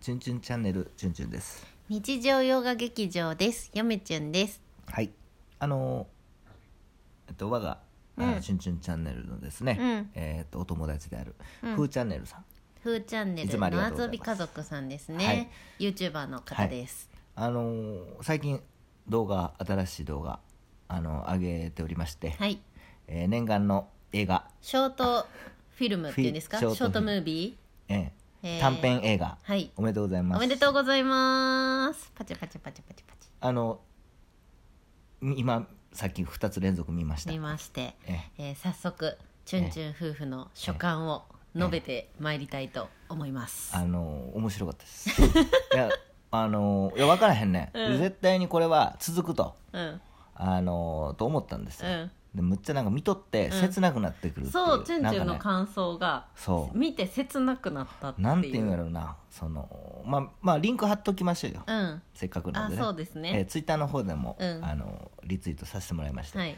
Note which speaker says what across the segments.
Speaker 1: チュンチュンチャンネルチュンチュンです
Speaker 2: 日常洋画劇場です。よめちゅんです。
Speaker 1: はいあのえっと我が、あ
Speaker 2: うん
Speaker 1: チュンチュンチャンネルのですね、
Speaker 2: うん
Speaker 1: えっとお友達である、
Speaker 2: うん
Speaker 1: ふーチャンネルさん
Speaker 2: ふーチャンネ
Speaker 1: いつ
Speaker 2: ル
Speaker 1: もありがとうご
Speaker 2: の
Speaker 1: ざ
Speaker 2: 遊
Speaker 1: います
Speaker 2: び家族さんですね。
Speaker 1: はい
Speaker 2: YouTuber の方です。
Speaker 1: あのー最近動画新しい動画あの上げておりまして、
Speaker 2: はい、
Speaker 1: えー念願の映画、
Speaker 2: ショートフィルムっていうんですか？シ
Speaker 1: フィ
Speaker 2: ョ
Speaker 1: ショー
Speaker 2: ー
Speaker 1: ト
Speaker 2: ト
Speaker 1: フィル
Speaker 2: ム
Speaker 1: ム
Speaker 2: ービ
Speaker 1: え
Speaker 2: ー。
Speaker 1: ー
Speaker 2: えー
Speaker 1: 短。編映画
Speaker 2: はい。
Speaker 1: おめでとうございます
Speaker 2: おめでとうございます。パチパチパチパチパチ。
Speaker 1: あのみ今さっき2つ連続見ました
Speaker 2: 見まして、
Speaker 1: え
Speaker 2: えー早速チュンチュン夫婦の所感を述べてまいりたいと思います。
Speaker 1: あの面白かったですいやあのいや分からへんね、
Speaker 2: うん
Speaker 1: 絶対にこれは続くと
Speaker 2: うん。
Speaker 1: あのと思ったんですよ、
Speaker 2: うん
Speaker 1: でむっちゃなんか見とって
Speaker 2: うん
Speaker 1: 切なくなってくるっていう、
Speaker 2: そう、チュンチュン
Speaker 1: な
Speaker 2: の
Speaker 1: んかね
Speaker 2: 感想が、
Speaker 1: そう
Speaker 2: 見て切なくなったっていう。
Speaker 1: なんて言うんやろうなそのまあまあリンク貼っときましょうよ、
Speaker 2: うん。
Speaker 1: せっかくな
Speaker 2: あ
Speaker 1: んでね
Speaker 2: そうです
Speaker 1: え
Speaker 2: ね、
Speaker 1: ツイッター Twitter の方でも、
Speaker 2: うん
Speaker 1: あのリツイートさせてもらいました、
Speaker 2: はい、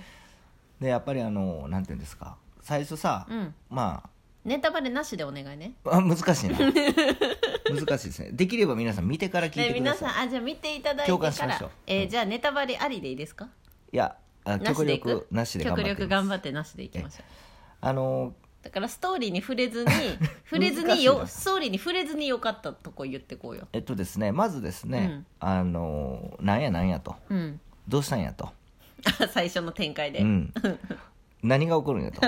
Speaker 1: でやっぱりあのなんて言うんですか最初さ、
Speaker 2: うん、
Speaker 1: ま
Speaker 2: ネタバレなしでお願いね
Speaker 1: ああ難しい な難しいですねできれば皆さん見てから聞い
Speaker 2: ね
Speaker 1: てくだ
Speaker 2: 皆
Speaker 1: さい
Speaker 2: さんあじゃあ見ていただいて
Speaker 1: 共
Speaker 2: か
Speaker 1: 感しま
Speaker 2: ら
Speaker 1: しょう
Speaker 2: えー
Speaker 1: うん
Speaker 2: じゃあネタバレありでいいですか
Speaker 1: いやあ
Speaker 2: なし
Speaker 1: 極
Speaker 2: でいく
Speaker 1: 力なしで頑張
Speaker 2: 極
Speaker 1: って
Speaker 2: 力頑張ってなしでいきましょう
Speaker 1: あの
Speaker 2: だからストーリーに触 れずに触れずによ
Speaker 1: 難しいな
Speaker 2: ストーリーに触れずによかったとこ言ってこうよ
Speaker 1: えっとですねまずですね、あのなんやなんやと
Speaker 2: うん
Speaker 1: どうしたんやと、
Speaker 2: 最初の展開で
Speaker 1: う、ん、何が起こるん やと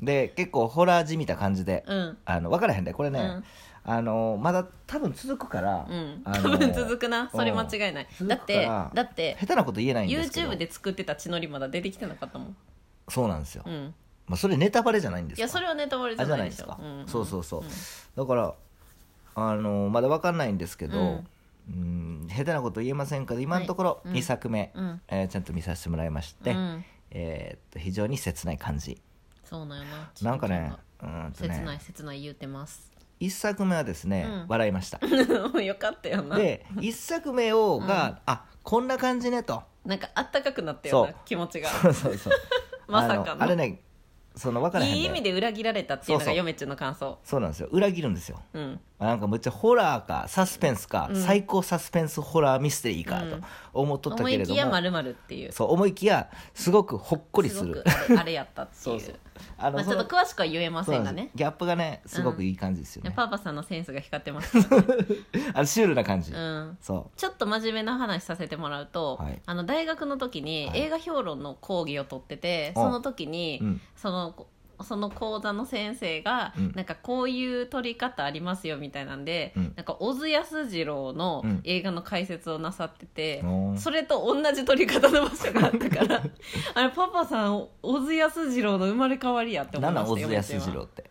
Speaker 1: で結構ホラーじみた感じで、
Speaker 2: うん
Speaker 1: あの分からへんでこれね、
Speaker 2: うん
Speaker 1: あのまだ多分続くから、
Speaker 2: うん、
Speaker 1: あの
Speaker 2: 多分続くなそれ間違いない
Speaker 1: うん
Speaker 2: だって
Speaker 1: 続くから
Speaker 2: だって
Speaker 1: 下手なこと言えないんですけど
Speaker 2: YouTube で作ってた血のりまだ出てきてなかったもん、
Speaker 1: そうなんですよ、
Speaker 2: うん、
Speaker 1: まあ、それネタバレじゃないんです
Speaker 2: い
Speaker 1: か
Speaker 2: やそれはネタバレじ
Speaker 1: あ
Speaker 2: ゃ
Speaker 1: じゃ
Speaker 2: な
Speaker 1: ないいで
Speaker 2: で
Speaker 1: す
Speaker 2: しょ
Speaker 1: か、
Speaker 2: ん
Speaker 1: そうそうそう、だからあのまだ分かんないんですけど、う
Speaker 2: うんん
Speaker 1: 下手なこと言えませんから今のところ
Speaker 2: はいうん
Speaker 1: 2作目、
Speaker 2: うん
Speaker 1: えーちゃんと見させてもらいまして、
Speaker 2: うん
Speaker 1: えーっと非常に切ない感じ
Speaker 2: そうなんよな
Speaker 1: なんかねうーんと
Speaker 2: 切ない
Speaker 1: ね
Speaker 2: 切ない言うてます
Speaker 1: 1作目はですね、
Speaker 2: うん
Speaker 1: 笑いま した
Speaker 2: よかったよな
Speaker 1: で1作目をが、あこんな感じね と
Speaker 2: なんかあったかくなったよ
Speaker 1: そ
Speaker 2: な
Speaker 1: う
Speaker 2: 気持ちが
Speaker 1: そうそうそう
Speaker 2: まさかの
Speaker 1: ああれねその分からへん
Speaker 2: いい意味で裏切られたっていうの
Speaker 1: そうそ
Speaker 2: が
Speaker 1: う
Speaker 2: ヨメちゅんの感想
Speaker 1: そうなんですよ裏切るんですよ
Speaker 2: うん
Speaker 1: なんかむっちゃホラーかサスペンスか、
Speaker 2: うん
Speaker 1: 最高サスペンスホラーミステリーか
Speaker 2: う
Speaker 1: と
Speaker 2: ん
Speaker 1: 思っとった
Speaker 2: 思
Speaker 1: け
Speaker 2: い
Speaker 1: れど
Speaker 2: き
Speaker 1: も、
Speaker 2: やまるまるっていう
Speaker 1: そう思いきやすごくほっこりす
Speaker 2: すごく
Speaker 1: る
Speaker 2: あれあれやったっていう
Speaker 1: そうそう あ
Speaker 2: まあち
Speaker 1: そ
Speaker 2: ょ
Speaker 1: の
Speaker 2: っと詳しくは言えませんが
Speaker 1: そうなんで
Speaker 2: ね
Speaker 1: すギャップがねすごくいい感じですよね、
Speaker 2: パパさんのセンスが光ってま した
Speaker 1: あのシュールな感じ、
Speaker 2: うん
Speaker 1: そ
Speaker 2: ちょっと真面目な話させてもらうと、
Speaker 1: はい
Speaker 2: あの大学の時に
Speaker 1: はい
Speaker 2: 映画評論の講義を取ってて、
Speaker 1: お
Speaker 2: その時に、
Speaker 1: う、うん、
Speaker 2: そのその講座の先生が、
Speaker 1: うん
Speaker 2: なんかこういう撮り方ありますよみたいなんで、
Speaker 1: うん
Speaker 2: なんか小津安二郎の
Speaker 1: うん
Speaker 2: 映画の解説をなさってて、
Speaker 1: おー
Speaker 2: それと同じ撮り方の場所があったから あれパパさん小津安二郎の生まれ変わりやって思
Speaker 1: ないんな
Speaker 2: ま
Speaker 1: ん
Speaker 2: した
Speaker 1: 小津安二郎って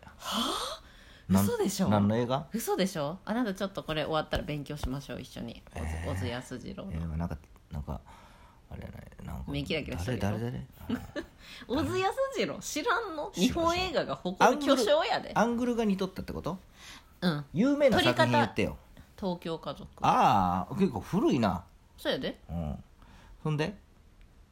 Speaker 1: な
Speaker 2: 嫁ちゃんは
Speaker 1: ん
Speaker 2: 嘘でしょ
Speaker 1: 何の映画、
Speaker 2: 嘘でしょあなたちょっとこれ終わったら勉強しましょう一緒に小津,、
Speaker 1: えー
Speaker 2: 安二郎の
Speaker 1: えーなんかなんかあれやねなんか
Speaker 2: 目キラキラして
Speaker 1: 誰
Speaker 2: るよ
Speaker 1: 誰誰
Speaker 2: 小津安二郎知らんの
Speaker 1: 知らん
Speaker 2: 日本映画が誇る巨匠やで
Speaker 1: アングルが似とったってこと
Speaker 2: うん
Speaker 1: 有名な作品言ってよ
Speaker 2: 東京家族
Speaker 1: ああ結構古いな
Speaker 2: そうやで
Speaker 1: うんそんで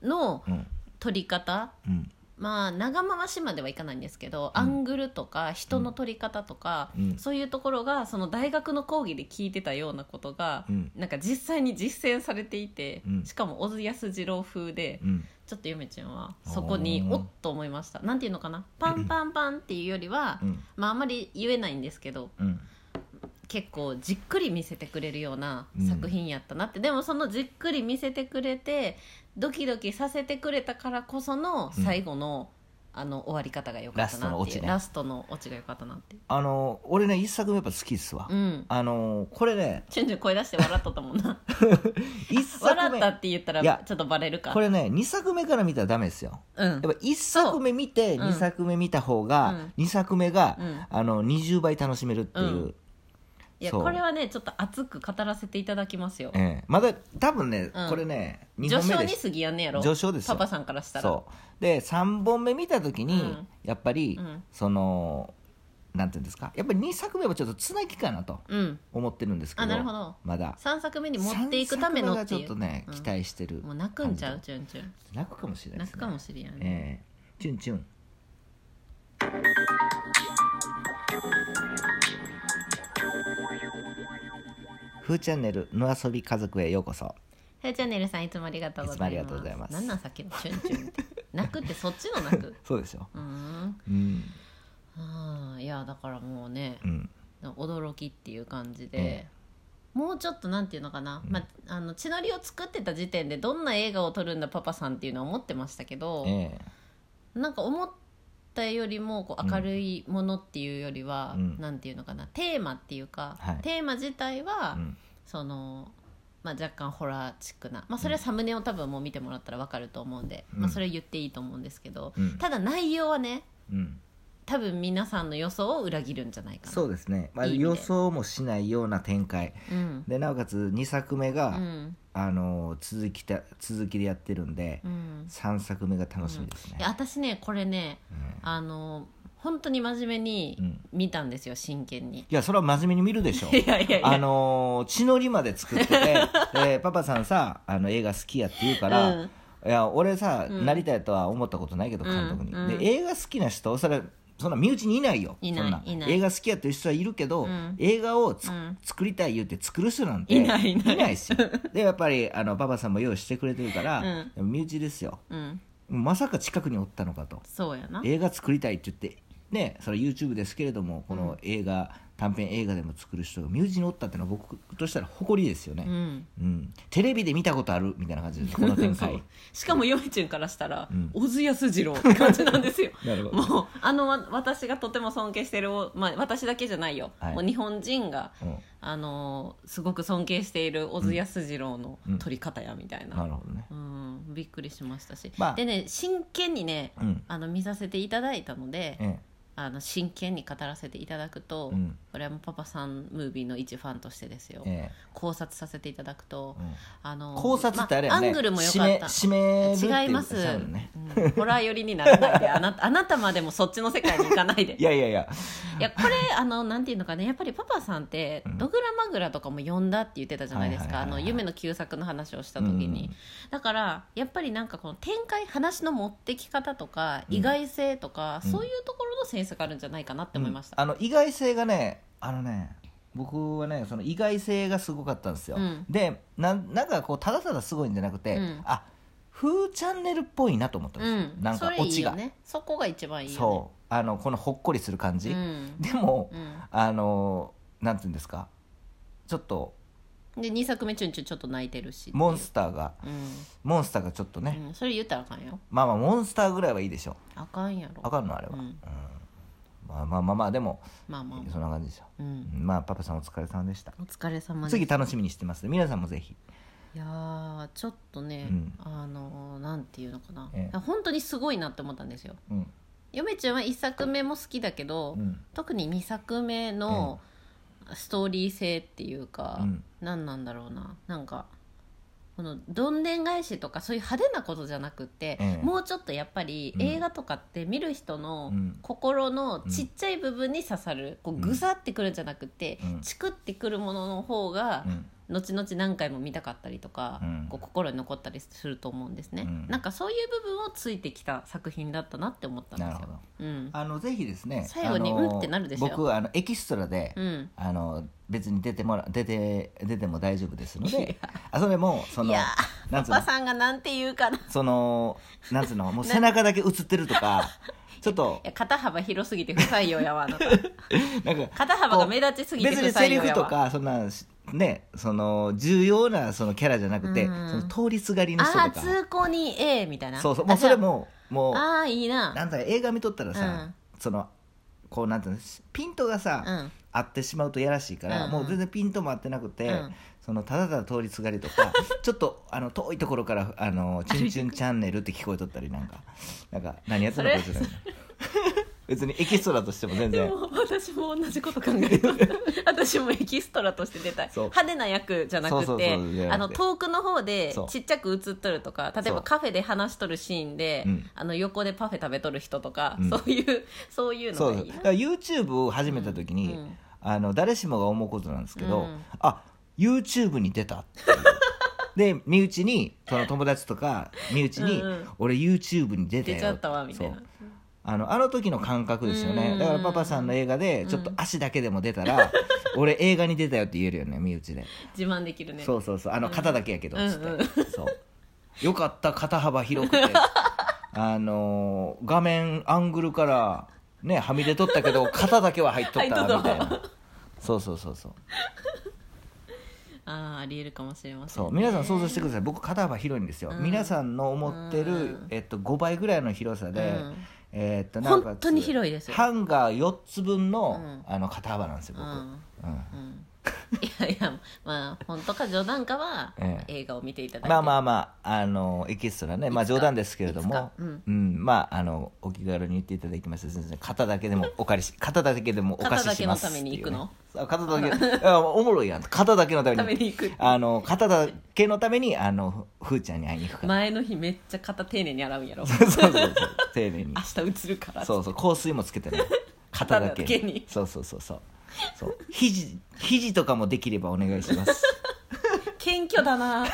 Speaker 2: の
Speaker 1: うん
Speaker 2: 撮り方
Speaker 1: うん
Speaker 2: まあ長回しまではいかないんですけど、アングルとか人の撮り方とか、
Speaker 1: うん
Speaker 2: そういうところがその大学の講義で聞いてたようなことが、
Speaker 1: うん
Speaker 2: なんか実際に実践されていて、
Speaker 1: うん
Speaker 2: しかも小津安二郎風で、
Speaker 1: うん
Speaker 2: ちょっとゆめちゃんはそこにおっと思いましたなんていうのかなパンパンパンっていうよりは、
Speaker 1: うん
Speaker 2: まああんまり言えないんですけど
Speaker 1: うん
Speaker 2: 結構じっくり見せてくれるような
Speaker 1: うん
Speaker 2: 作品やったなって、でもそのじっくり見せてくれてドキドキさせてくれたからこその
Speaker 1: うん
Speaker 2: 最後の、あの終わり方が良かったなってい
Speaker 1: ラスト
Speaker 2: う
Speaker 1: のオチね
Speaker 2: ラストのオチが良かったなっていう
Speaker 1: あの俺ね一作目やっぱ好きっすわ、
Speaker 2: うん
Speaker 1: あのこれね
Speaker 2: チュンチュン声出して笑っとったもんな
Speaker 1: 一作
Speaker 2: 笑
Speaker 1: 目
Speaker 2: ったって言った
Speaker 1: いや
Speaker 2: らちょっとバレるか
Speaker 1: これね2作目から見たらダメですよ
Speaker 2: うん
Speaker 1: やっぱ1作目見て
Speaker 2: そう
Speaker 1: 2作目見た方
Speaker 2: う
Speaker 1: が
Speaker 2: ん
Speaker 1: 2作目が、
Speaker 2: うん
Speaker 1: あの20倍楽しめるっていう、
Speaker 2: うんいや
Speaker 1: そう
Speaker 2: これはねちょっと熱く語らせていただきますよ
Speaker 1: ええまだ多分ね、
Speaker 2: うん
Speaker 1: これね2
Speaker 2: 序
Speaker 1: 本目
Speaker 2: 章
Speaker 1: で
Speaker 2: に過ぎやんねやろ
Speaker 1: 序章ですよ
Speaker 2: パパさんからしたら
Speaker 1: そうで3本目見た時に、
Speaker 2: うん
Speaker 1: やっぱり、
Speaker 2: うん
Speaker 1: そのなんていうんですかやっぱり2作目はちょっとつなぎかなと
Speaker 2: うん
Speaker 1: 思ってるんですけど
Speaker 2: あなるほど
Speaker 1: まだ
Speaker 2: 3作目に持っていくための
Speaker 1: 三
Speaker 2: って
Speaker 1: 作目がちょっ
Speaker 2: いう
Speaker 1: とね、
Speaker 2: うん
Speaker 1: 期待してる
Speaker 2: もう泣くんちゃう
Speaker 1: 感
Speaker 2: チュンチュン
Speaker 1: じ泣くかもしれないです、ね、
Speaker 2: 泣くかもしれんやね
Speaker 1: えー、チュンチュンふーチャンネルの遊び家族へようこそ
Speaker 2: ふーチャンネルさんいつもありがとうご
Speaker 1: い
Speaker 2: ざいます
Speaker 1: つもありがとうございます
Speaker 2: なんなんさっきのチュンチュンって泣くってそっちの 泣く
Speaker 1: そうですよ
Speaker 2: うーん
Speaker 1: うん
Speaker 2: あーいやだからもうね
Speaker 1: うん
Speaker 2: 驚きっていう感じで、もうちょっとなんていうのかな、
Speaker 1: うん
Speaker 2: まあ、あの血のりを作ってた時点でどんな映画を撮るんだパパさんっていうのは思ってましたけど、
Speaker 1: え
Speaker 2: なんか思ったよりもこう明るいものっていうよりは、
Speaker 1: うん
Speaker 2: なんていうのかなテーマっていうか、
Speaker 1: はい
Speaker 2: テーマ自体
Speaker 1: え
Speaker 2: は、
Speaker 1: うん
Speaker 2: その、まあ、若干ホラーチックな、まあ、それはサムネを多分もう見てもらったら分かると思うんで、
Speaker 1: うん
Speaker 2: まあ、それは言っていいと思うんですけど、
Speaker 1: うん
Speaker 2: ただ内容はね
Speaker 1: うん
Speaker 2: 多分皆さんの予想を裏切るんじゃないかな。
Speaker 1: そうですね、まあ、
Speaker 2: いい意味で
Speaker 1: 予想もしないような展開
Speaker 2: うん
Speaker 1: でなおかつ2作目が、
Speaker 2: うん
Speaker 1: あの続きた続きでやってるんで、
Speaker 2: うん
Speaker 1: 三3作目が楽しみですね
Speaker 2: いや、私ねこれね
Speaker 1: うん
Speaker 2: あの本当に真面目
Speaker 1: う
Speaker 2: に
Speaker 1: ん
Speaker 2: 見たんですよ真剣に
Speaker 1: いやそれは真面目に見るでしょ
Speaker 2: いやいやいや
Speaker 1: あのー血のりまで作ってて でパパさんさあの映画好きやって言うから、
Speaker 2: うん
Speaker 1: いや俺さ、
Speaker 2: うん
Speaker 1: なりたいとは思ったことないけど
Speaker 2: うん
Speaker 1: 監督に、
Speaker 2: うん
Speaker 1: で映画好きな人それそんな身内にいないよ
Speaker 2: いない
Speaker 1: そんない
Speaker 2: ない
Speaker 1: 映画好きやってる人はいるけど、
Speaker 2: うん
Speaker 1: 映画をつ、
Speaker 2: うん
Speaker 1: 作りたい言うて作る人なんて
Speaker 2: いないいない
Speaker 1: ですよでやっぱりあのパパさんも用意してくれてるから、
Speaker 2: うん
Speaker 1: でも身内ですよ
Speaker 2: うん
Speaker 1: まさか近くにおったのかと
Speaker 2: そうやな
Speaker 1: 映画作りたいって言ってねそれ YouTube ですけれどもこの映画、短編映画でも作る人が身内におったってのは僕としたら誇りですよね、
Speaker 2: う
Speaker 1: うん
Speaker 2: ん
Speaker 1: テレビで見たことあるみたいな感じ ですこの展開
Speaker 2: しかもヨイチュンからしたら
Speaker 1: うん
Speaker 2: 小津安二郎って感じなんですよ
Speaker 1: なるほど
Speaker 2: もうあのわ私がとても尊敬してる、まあ、私だけじゃないよ、
Speaker 1: はい
Speaker 2: もう日本人が、
Speaker 1: うん
Speaker 2: あのーすごく尊敬している小津安二郎の
Speaker 1: うん
Speaker 2: 撮り方やみたいな、
Speaker 1: なるほどね
Speaker 2: うんびっくりしましたし、
Speaker 1: まあ
Speaker 2: でね真剣にね
Speaker 1: うん
Speaker 2: あの見させていただいたので、
Speaker 1: え
Speaker 2: あの真剣に語らせていただくと、
Speaker 1: えうん
Speaker 2: これはもうパパさんムービーの一ファンとしてですよ、
Speaker 1: え
Speaker 2: 考察させていただくと
Speaker 1: え、うん
Speaker 2: あの
Speaker 1: 考察ってあれやね、
Speaker 2: まあアングルも良かった
Speaker 1: 締め締めるって
Speaker 2: 違います、
Speaker 1: そうだね
Speaker 2: うんホラー寄りにならないであな たあなたまでもそっちの世界に行かないでい
Speaker 1: いやいやいや
Speaker 2: やこれあのなんていうのかねやっぱりパパさんって
Speaker 1: うん
Speaker 2: 「ドグラマグラ」とかも呼んだって言ってたじゃないですか
Speaker 1: はいは
Speaker 2: あ
Speaker 1: いはいは
Speaker 2: の
Speaker 1: い
Speaker 2: 夢の旧作の話をした時に、だからやっぱりなんかこの展開話の持ってき方とか
Speaker 1: うん
Speaker 2: 意外性とか、
Speaker 1: うん
Speaker 2: そういうところのセンスがあるんじゃないかなって思いました、
Speaker 1: うんあの意外性がねあのね僕はねその意外性がすごかったんですよ、
Speaker 2: うん
Speaker 1: でなんなんかこうただただすごいんじゃなくて、
Speaker 2: うん
Speaker 1: あフーチャンネルっぽいなと思ったん
Speaker 2: う
Speaker 1: ですよ、
Speaker 2: ん、
Speaker 1: なんか
Speaker 2: それ
Speaker 1: オ
Speaker 2: いい
Speaker 1: チが
Speaker 2: よねそこが一番いいよね
Speaker 1: そうあのこのほっこりする感じ、
Speaker 2: うん
Speaker 1: でも、
Speaker 2: う
Speaker 1: あのなんていうんですかちょっと
Speaker 2: ん、で2作目チュンチュンちょっと泣いてるし
Speaker 1: モンスターが
Speaker 2: うん、
Speaker 1: モンスターがちょっとね、
Speaker 2: うん、それ言ったらあかんよ
Speaker 1: まあまあモンスターぐらいはいいでしょ
Speaker 2: あかんやろ
Speaker 1: わかるのあれは、
Speaker 2: うん
Speaker 1: まあまあまあまあでも
Speaker 2: まあまあまあ
Speaker 1: そんな感じですよ、
Speaker 2: うん、
Speaker 1: まあパパさんお疲れ様でした
Speaker 2: お疲れ様です
Speaker 1: 次楽しみにしてます皆さんもぜひ
Speaker 2: いやーちょっとね、
Speaker 1: うん
Speaker 2: あのーなんていうのかな、
Speaker 1: ええ
Speaker 2: 本当にすごいなって思ったんですよ
Speaker 1: うん
Speaker 2: 嫁ちゃんは1作目も好きだけど、
Speaker 1: うん
Speaker 2: 特に2作目のストーリー性っていうか、
Speaker 1: うん
Speaker 2: 何なんだろうななんかこのどんでん返しとかそういう派手なことじゃなくって、
Speaker 1: ええ
Speaker 2: もうちょっとやっぱり
Speaker 1: うん
Speaker 2: 映画とかって見る人の
Speaker 1: うん
Speaker 2: 心のちっちゃい部分に刺さる、こうぐさってくるんじゃなくて、
Speaker 1: うん
Speaker 2: チクってくるものの方が
Speaker 1: うん
Speaker 2: 後々何回も見たかったりとか、
Speaker 1: うん
Speaker 2: こう心に残ったりすると思うんですね、
Speaker 1: うん
Speaker 2: なんかそういう部分をついてきた作品だったなって思ったんです
Speaker 1: な
Speaker 2: よ
Speaker 1: るほど
Speaker 2: うん、
Speaker 1: あのぜひですね
Speaker 2: 最後に
Speaker 1: あの
Speaker 2: うんってなるでしょ
Speaker 1: 僕あのエキストラで、
Speaker 2: うん、
Speaker 1: あの別に出てもら出て出ても大丈夫ですの
Speaker 2: いや
Speaker 1: であそれもそ
Speaker 2: い
Speaker 1: の
Speaker 2: や
Speaker 1: なんつう
Speaker 2: パパ
Speaker 1: の
Speaker 2: さんがなんて言うかない
Speaker 1: そのなんつ うのもう背中だけ映ってるとかちょっと
Speaker 2: や肩幅広すぎて不採用やわあなた
Speaker 1: なん か
Speaker 2: 肩幅が目立ちすぎて不
Speaker 1: 別に
Speaker 2: 採
Speaker 1: セリ
Speaker 2: 用
Speaker 1: フ
Speaker 2: や
Speaker 1: と
Speaker 2: わ
Speaker 1: かそんなねその重要なそのキャラじゃなくて、
Speaker 2: うん
Speaker 1: その通りすがりの人
Speaker 2: ああ
Speaker 1: とか
Speaker 2: 通行に A みたいな
Speaker 1: そうそうもうそれももう
Speaker 2: ああいい
Speaker 1: な
Speaker 2: なん
Speaker 1: だろう映画見とったらさ、そのこうなんていうのピントがさ、
Speaker 2: うん
Speaker 1: 合ってしまうとやらしいから、
Speaker 2: うん
Speaker 1: もう全然ピントも合ってなくて、
Speaker 2: うん
Speaker 1: そのただただ通りすがりとか ちょっとあの遠いところから「あのチュンチュンチャンネル」って聞こえとったりなんかなんか何やってんのか
Speaker 2: そ
Speaker 1: 知らん別にエキストラとしても全
Speaker 2: で
Speaker 1: 然
Speaker 2: も私も同じこと考 えてました私もエキストラとして出たい
Speaker 1: そう
Speaker 2: 派手な役じゃなくて
Speaker 1: そうそうそうじゃなくて
Speaker 2: あの遠くの方で
Speaker 1: そう
Speaker 2: ちっちゃく映っとるとか例え
Speaker 1: そ
Speaker 2: ば
Speaker 1: う
Speaker 2: カフェで話しとるシーンで、
Speaker 1: うん
Speaker 2: あの横でパフェ食べとる人とか、
Speaker 1: うん
Speaker 2: そういうそういう
Speaker 1: そ
Speaker 2: の
Speaker 1: う
Speaker 2: が
Speaker 1: そ
Speaker 2: いうい
Speaker 1: だ
Speaker 2: な
Speaker 1: から YouTube を始めた時に、
Speaker 2: うん
Speaker 1: あの誰しもが思うことなんですけど、
Speaker 2: うん
Speaker 1: あ YouTube に出たっていう で身内にその友達とか身内に
Speaker 2: うんうん
Speaker 1: 「俺 YouTube に出たよ」
Speaker 2: 出ちゃったわみたいな
Speaker 1: そうあのあの時の感覚ですよ
Speaker 2: う
Speaker 1: ね
Speaker 2: ん
Speaker 1: だからパパさんの映画でちょっと足だけでも出た ら、俺映画に出たよって言えるよね身内で、
Speaker 2: 自慢できるね
Speaker 1: そうそうそうあの肩だけやけど
Speaker 2: うん
Speaker 1: つって、
Speaker 2: うん
Speaker 1: そうよかった肩幅広くて あのー画面アングルからねはみ出とったけど肩だけは入っとったなみたい
Speaker 2: 入っと
Speaker 1: なそうそうそうそう
Speaker 2: ああありえるかもしれませ
Speaker 1: そ
Speaker 2: んね、
Speaker 1: う皆さん想像してください僕肩幅広いんですよ、
Speaker 2: うん
Speaker 1: 皆さんの思って
Speaker 2: う
Speaker 1: る
Speaker 2: ん、
Speaker 1: えっと、5倍ぐらいの広さで、
Speaker 2: うん
Speaker 1: えっとなおかつ
Speaker 2: 本当に広いですよ
Speaker 1: ハンガー4つ分の,、
Speaker 2: う
Speaker 1: あの肩幅なんですよ僕、
Speaker 2: うん
Speaker 1: うん
Speaker 2: うんいやいやまあ本当か冗談かは、
Speaker 1: え
Speaker 2: 映画を見ていただいて
Speaker 1: まあまあまああのエキストラね、まあ、
Speaker 2: いつか
Speaker 1: 冗談ですけれど
Speaker 2: いつ
Speaker 1: も
Speaker 2: か、うん
Speaker 1: まああのお気軽に言っていただきました先生肩だけでもお借りし 肩だけでもお貸ししますっていうね、
Speaker 2: 肩だ
Speaker 1: あ肩だけ あおもろいやん肩だけのために
Speaker 2: ために行く
Speaker 1: あの肩だけのためにあのふーちゃんに会いに行く から、
Speaker 2: 前の日めっちゃ肩丁寧に洗うんやろ
Speaker 1: そうそうそう丁寧に
Speaker 2: 明日映るから
Speaker 1: そうそう香水もつけてね肩だけ
Speaker 2: 肩だけに
Speaker 1: そうそうそうそうそう肘肘とかもできればお願いします
Speaker 2: 謙虚だな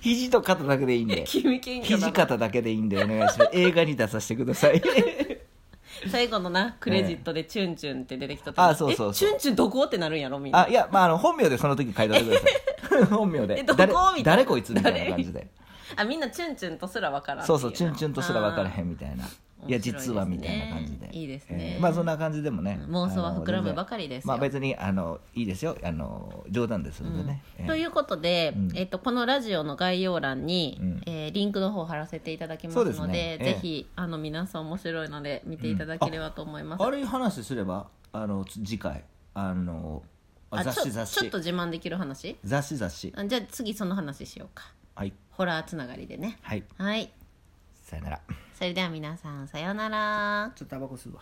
Speaker 1: 肘と肩だけでいいんで
Speaker 2: 君謙虚だ
Speaker 1: 肘
Speaker 2: な
Speaker 1: 肩だけでいいんでお願いします映画に出させてくだ さい
Speaker 2: 最後のなクレジットで「チュンチュン」って出てきた時
Speaker 1: あそうそうそう
Speaker 2: えチュンチュンどこ?」ってなるんやろみんな
Speaker 1: あいやまああの本名でその時書いておいてください 本名で
Speaker 2: えどこ
Speaker 1: 誰
Speaker 2: みたいな
Speaker 1: 誰こいつみたいな感じで
Speaker 2: あみんなチュンチュンとすらわからんって い
Speaker 1: そう
Speaker 2: な
Speaker 1: そうチュンチュンとすら分からへ
Speaker 2: あ
Speaker 1: んみたいな
Speaker 2: あー
Speaker 1: いや
Speaker 2: 面白いです
Speaker 1: 実
Speaker 2: ね
Speaker 1: はみたいな感じで
Speaker 2: いいですね
Speaker 1: えーまあそんな感じでもね
Speaker 2: うん妄想は
Speaker 1: あの
Speaker 2: 膨らむばかりですよ
Speaker 1: まあ別にあのいいですよあの冗談ですのでね、
Speaker 2: ー
Speaker 1: えー
Speaker 2: ということで、
Speaker 1: うん
Speaker 2: えっとこのラジオの概要欄に、
Speaker 1: うん
Speaker 2: えーリンクの方を貼らせていただきます
Speaker 1: そ
Speaker 2: の
Speaker 1: うで
Speaker 2: です
Speaker 1: ねええ
Speaker 2: ぜひあの皆さん面白いので見ていただければと思います、
Speaker 1: あれ話すればあのつ次回あのあ
Speaker 2: あ
Speaker 1: 雑誌
Speaker 2: ちょ
Speaker 1: 雑
Speaker 2: ちょっ
Speaker 1: 誌
Speaker 2: と自慢できる話
Speaker 1: 雑誌雑誌
Speaker 2: あじゃあ次その話しようか
Speaker 1: はい
Speaker 2: ホラーつながりでね
Speaker 1: はい
Speaker 2: はい
Speaker 1: さよなら
Speaker 2: それでは皆さんさようなら
Speaker 1: ちょっとタバコ吸うわ